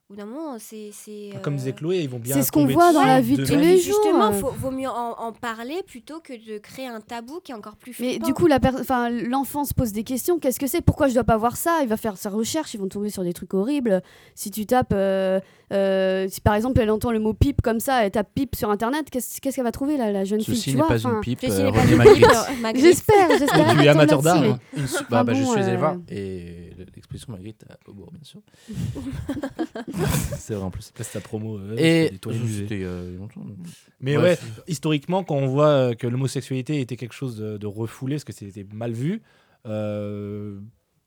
Speaker 5: au bout d'un moment, c'est. c'est, euh,
Speaker 4: Bah, Comme disait Chloé, ils vont bien.
Speaker 3: C'est ce qu'on
Speaker 4: tomber
Speaker 3: voit dans
Speaker 4: dessus
Speaker 3: la vie de
Speaker 4: demain.
Speaker 3: tous les jours.
Speaker 5: Justement,
Speaker 3: euh,
Speaker 5: faut, vaut mieux en, en parler plutôt que de créer un tabou qui est encore plus
Speaker 3: Mais
Speaker 5: flippant.
Speaker 3: du coup, la per- enfin, l'enfant se pose des questions. Qu'est-ce que c'est Pourquoi je dois pas voir ça Il va faire sa recherche. Ils vont tomber sur des trucs horribles. Si tu tapes, euh, euh, si par exemple elle entend le mot pipe comme ça, elle tape pipe sur internet. Qu'est-ce qu'est-ce qu'elle va trouver la, la jeune fille
Speaker 2: Ceci
Speaker 3: tu
Speaker 2: n'est
Speaker 3: vois
Speaker 2: pas
Speaker 3: Enfin,
Speaker 2: une pipe,
Speaker 5: Ceci
Speaker 2: euh,
Speaker 5: n'est pas
Speaker 2: René
Speaker 5: une
Speaker 2: Magritte.
Speaker 5: pipe, Magritte.
Speaker 3: J'espère, j'espère.
Speaker 4: tu es
Speaker 3: elle
Speaker 4: amateur
Speaker 3: tombe là-dessus,
Speaker 4: d'art, hein.
Speaker 2: Une sou- bah, bah,
Speaker 3: bon,
Speaker 2: je suis allé
Speaker 3: euh,
Speaker 2: voir et l'exposition Magritte à Beaubourg, bien sûr. c'est vrai en plus.
Speaker 4: Après, c'est ta promo. euh,
Speaker 2: Et
Speaker 4: c'est des toiles musées.
Speaker 2: c'était euh, il y a longtemps. mais-
Speaker 4: Mais ouais, historiquement, quand on voit euh, que l'homosexualité était quelque chose de, de refoulé, parce que c'était mal vu, euh,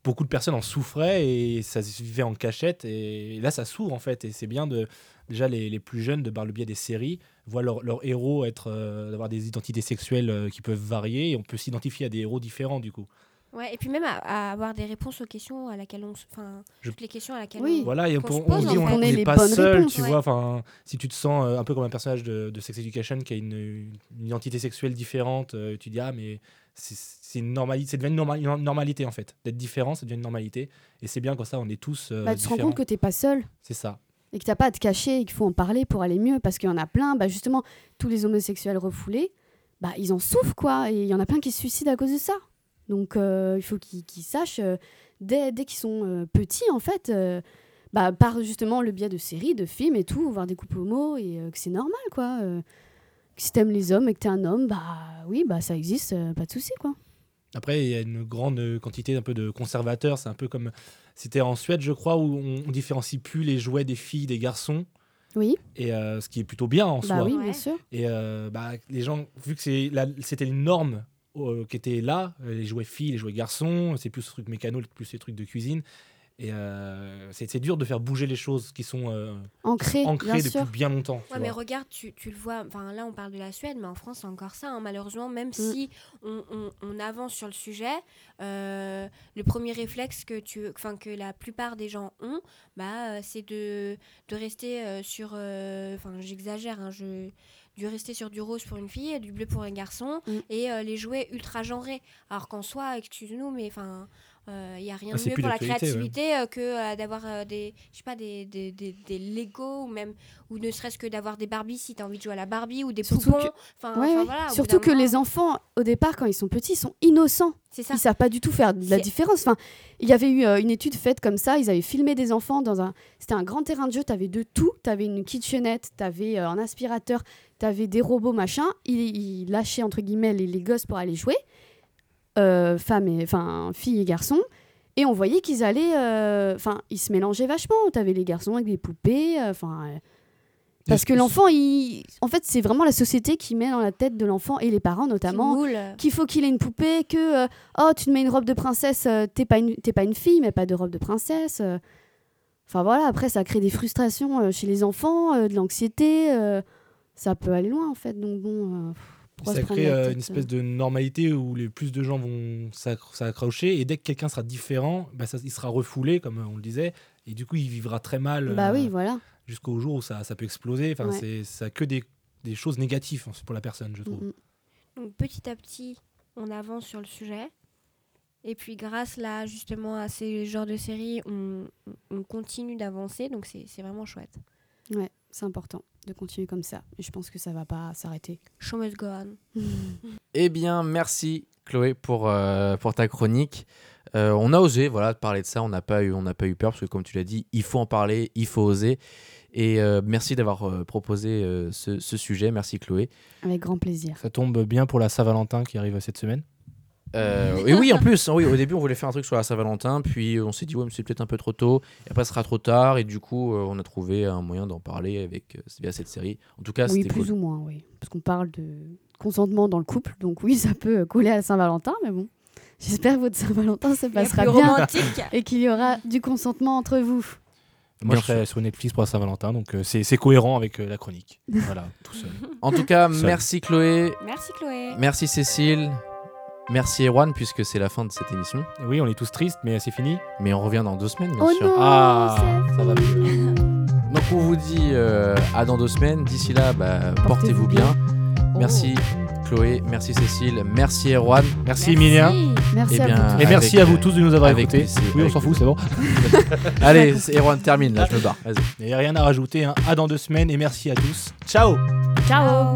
Speaker 4: beaucoup de personnes en souffraient et ça se vivait en cachette. Et, là, ça s'ouvre en fait. Et c'est bien de. Déjà, les, les plus jeunes, de par le biais des séries, voient leurs leur héros être, euh, avoir des identités sexuelles euh, qui peuvent varier et on peut s'identifier à des héros différents du coup.
Speaker 5: Ouais, et puis même à, à avoir des réponses aux questions à laquelle on. s- Enfin,
Speaker 4: Je-
Speaker 5: toutes les questions à laquelle
Speaker 3: Oui.
Speaker 5: on.
Speaker 4: Voilà, et on,
Speaker 5: Qu'on se
Speaker 4: on
Speaker 5: pose,
Speaker 4: dit
Speaker 5: en
Speaker 4: on
Speaker 5: fait.
Speaker 4: on
Speaker 5: Qu'on
Speaker 3: ait
Speaker 4: n'est
Speaker 3: les
Speaker 4: pas
Speaker 3: bonnes
Speaker 4: seul,
Speaker 3: réponses,
Speaker 4: tu
Speaker 5: ouais.
Speaker 4: vois. Enfin, si tu te sens euh, un peu comme un personnage de, de Sex Education qui a une, une identité sexuelle différente, euh, tu dis ah mais c'est- c'est une normalité, c'est devenu une, norma- une normalité en fait. D'être différent, ça devient une normalité. Et c'est bien comme ça, on est tous euh,
Speaker 3: bah, tu te rends
Speaker 4: différents.
Speaker 3: compte que t'es pas seul.
Speaker 4: C'est ça.
Speaker 3: et que t'as pas à te cacher et qu'il faut en parler pour aller mieux parce qu'il y en a plein bah justement tous les homosexuels refoulés bah ils en souffrent quoi et il y en a plein qui se suicident à cause de ça donc euh, il faut qu'ils qu'ils sachent euh, dès, dès qu'ils sont euh, petits en fait euh, bah, par justement le biais de séries de films et tout voir des couples homo et euh, que c'est normal quoi euh, que si t'aimes les hommes et que t'es un homme bah oui bah ça existe euh, pas de souci quoi
Speaker 4: Après, il y a une grande euh, quantité un peu de conservateurs. C'est un peu comme c'était en Suède, je crois, où on, on différencie plus les jouets des filles des garçons.
Speaker 3: oui
Speaker 4: Et euh, ce qui est plutôt bien en
Speaker 3: bah
Speaker 4: soi.
Speaker 3: oui
Speaker 5: Ouais.
Speaker 3: bien sûr
Speaker 4: Et euh, bah, les gens, vu que c'est la- c'était une norme euh, qui était là, euh, les jouets filles, les jouets garçons, c'est plus ce truc mécano, plus ces trucs de cuisine. Et euh, c'est c'est dur de faire bouger les choses qui sont euh,
Speaker 3: ancré bien
Speaker 4: ancrées depuis
Speaker 3: sûr
Speaker 4: bien longtemps. tu
Speaker 5: Ouais, mais
Speaker 4: vois.
Speaker 5: regarde, tu, tu le vois, enfin là on parle de la Suède, mais en France c'est encore ça, hein. malheureusement,
Speaker 4: Mm.
Speaker 5: même si on, on- on avance sur le sujet, euh, le premier réflexe que, tu, enfin, que la plupart des gens ont, bah, euh, c'est de, de rester euh, sur, euh, enfin j'exagère, hein, je, du rester sur du rose pour une fille, et du bleu pour un garçon,
Speaker 3: Mm.
Speaker 5: et euh, les jouets ultra genrés. Alors qu'en soi, excuse-nous, mais enfin... Il n'y a rien
Speaker 4: Ah,
Speaker 5: de
Speaker 4: c'est
Speaker 5: mieux
Speaker 4: plus
Speaker 5: pour la
Speaker 4: d'actualité, ouais.
Speaker 5: créativité euh, que euh, d'avoir euh, des, je sais pas, des, des, des, des Lego ou même ou ne serait-ce que d'avoir des Barbies si t'as envie de jouer à la Barbie ou des
Speaker 3: Surtout
Speaker 5: poupons.
Speaker 3: que-
Speaker 5: Enfin,
Speaker 3: Ouais,
Speaker 5: enfin,
Speaker 3: ouais.
Speaker 5: voilà, au bout
Speaker 3: Surtout
Speaker 5: d'un
Speaker 3: que
Speaker 5: moment,
Speaker 3: les enfants, au départ, quand ils sont petits, ils sont innocents.
Speaker 5: C'est ça.
Speaker 3: ils savent pas du tout faire de la
Speaker 5: C'est-
Speaker 3: différence. Enfin, il y avait eu euh, une étude faite comme ça, ils avaient filmé des enfants dans un c'était un grand terrain de jeu, tu avais de tout, tu avais une kitchenette, tu avais un aspirateur, tu avais des robots machin, ils, ils lâchaient entre guillemets les, les gosses pour aller jouer. euh, femmes et enfin filles et garçons et on voyait qu'ils allaient euh, enfin ils se mélangeaient vachement, tu avais les garçons avec des poupées, euh, enfin euh, Parce que l'enfant, il... en fait, c'est vraiment la société qui met dans la tête de l'enfant et les parents notamment qu'il faut qu'il ait une poupée, que euh, oh tu te mets une robe de princesse, euh, t'es pas une t'es pas une fille, mais pas de robe de princesse. euh. Enfin voilà, après ça crée des frustrations euh, chez les enfants, euh, de l'anxiété, euh, ça peut aller loin en fait. Donc bon, euh, pff, pourquoi
Speaker 4: ça
Speaker 3: se prendre
Speaker 4: crée
Speaker 3: la
Speaker 4: euh,
Speaker 3: tête, hein.
Speaker 4: une espèce de normalité où les plus de gens vont s'accro- s'accrocher et dès que quelqu'un sera différent, bah, ça- il sera refoulé comme euh, on le disait et du coup il vivra très mal
Speaker 3: Bah
Speaker 4: euh,
Speaker 3: oui, voilà.
Speaker 4: jusqu'au jour où ça, ça peut exploser. Enfin,
Speaker 3: Ouais.
Speaker 4: c'est ça a que des, des choses négatives en- pour la personne, je trouve.
Speaker 3: Mm, mm.
Speaker 5: Donc petit à petit, on avance sur le sujet. Et puis grâce là justement à ces genres de séries, on, on continue d'avancer. Donc c'est c'est vraiment chouette.
Speaker 3: mm. Ouais, c'est important de continuer comme ça. Et je pense que ça va pas s'arrêter.
Speaker 5: Show must go on.
Speaker 2: Eh bien, merci Chloé pour, euh, pour ta chronique. Euh, on a osé voilà, de parler de ça, on n'a pas, eu- on n'a pas eu peur, parce que comme tu l'as dit, il faut en parler, il faut oser. Et euh, merci d'avoir euh, proposé euh, ce, ce sujet, merci Chloé.
Speaker 3: Avec grand plaisir.
Speaker 4: Ça tombe bien pour la Saint-Valentin qui arrive cette semaine.
Speaker 2: Euh, et oui, en plus, oui, au début, on voulait faire un truc sur la Saint-Valentin, puis on s'est dit, ouais, mais c'est peut-être un peu trop tôt, et après, ce sera trop tard, et du coup, euh, on a trouvé un moyen d'en parler avec, euh, via cette série. En tout cas,
Speaker 3: oui,
Speaker 2: Ah, c'était
Speaker 3: plus
Speaker 2: cool.
Speaker 3: ou moins, oui. Parce qu'on parle de consentement dans le couple, donc oui, ça peut euh, coller à la Saint-Valentin, mais bon. J'espère que votre Saint-Valentin se passera
Speaker 5: plus
Speaker 3: Bah, bien
Speaker 5: romantique.
Speaker 3: et qu'il y aura du consentement entre vous.
Speaker 2: Bien
Speaker 4: Moi, je serai sur Netflix pour la Saint-Valentin, donc euh, c'est c'est cohérent avec euh, la chronique. voilà, tout seul.
Speaker 2: En tout cas,
Speaker 4: Seul.
Speaker 2: merci Chloé,
Speaker 5: Merci Chloé.
Speaker 2: merci Cécile, merci Erwan, puisque c'est la fin de cette émission.
Speaker 4: Oui, on est tous tristes, mais c'est fini.
Speaker 2: Mais on revient dans deux semaines, bien
Speaker 3: Oh
Speaker 2: sûr.
Speaker 3: non,
Speaker 4: Ah,
Speaker 3: c'est
Speaker 4: ça va
Speaker 3: fini.
Speaker 2: Donc on vous dit euh, à dans deux semaines. D'ici là, bah, portez-vous bien.
Speaker 3: Oh.
Speaker 2: Merci Chloé, merci Cécile, merci Erwan.
Speaker 4: Merci, Emilia.
Speaker 3: Merci
Speaker 2: Eh
Speaker 3: à
Speaker 2: bien,
Speaker 3: vous. tous.
Speaker 4: Et
Speaker 2: Avec,
Speaker 4: merci à vous
Speaker 2: euh,
Speaker 4: tous de nous avoir
Speaker 2: avec
Speaker 4: écoutés.
Speaker 2: plaisir,
Speaker 4: Oui, on
Speaker 2: avec
Speaker 4: s'en fout, c'est bon.
Speaker 2: Allez, c'est- Erwan termine, là je me barre. Vas-y.
Speaker 4: Il n'y a rien à rajouter. hein. À dans deux semaines et merci à tous. Ciao
Speaker 3: Ciao.
Speaker 5: Ciao.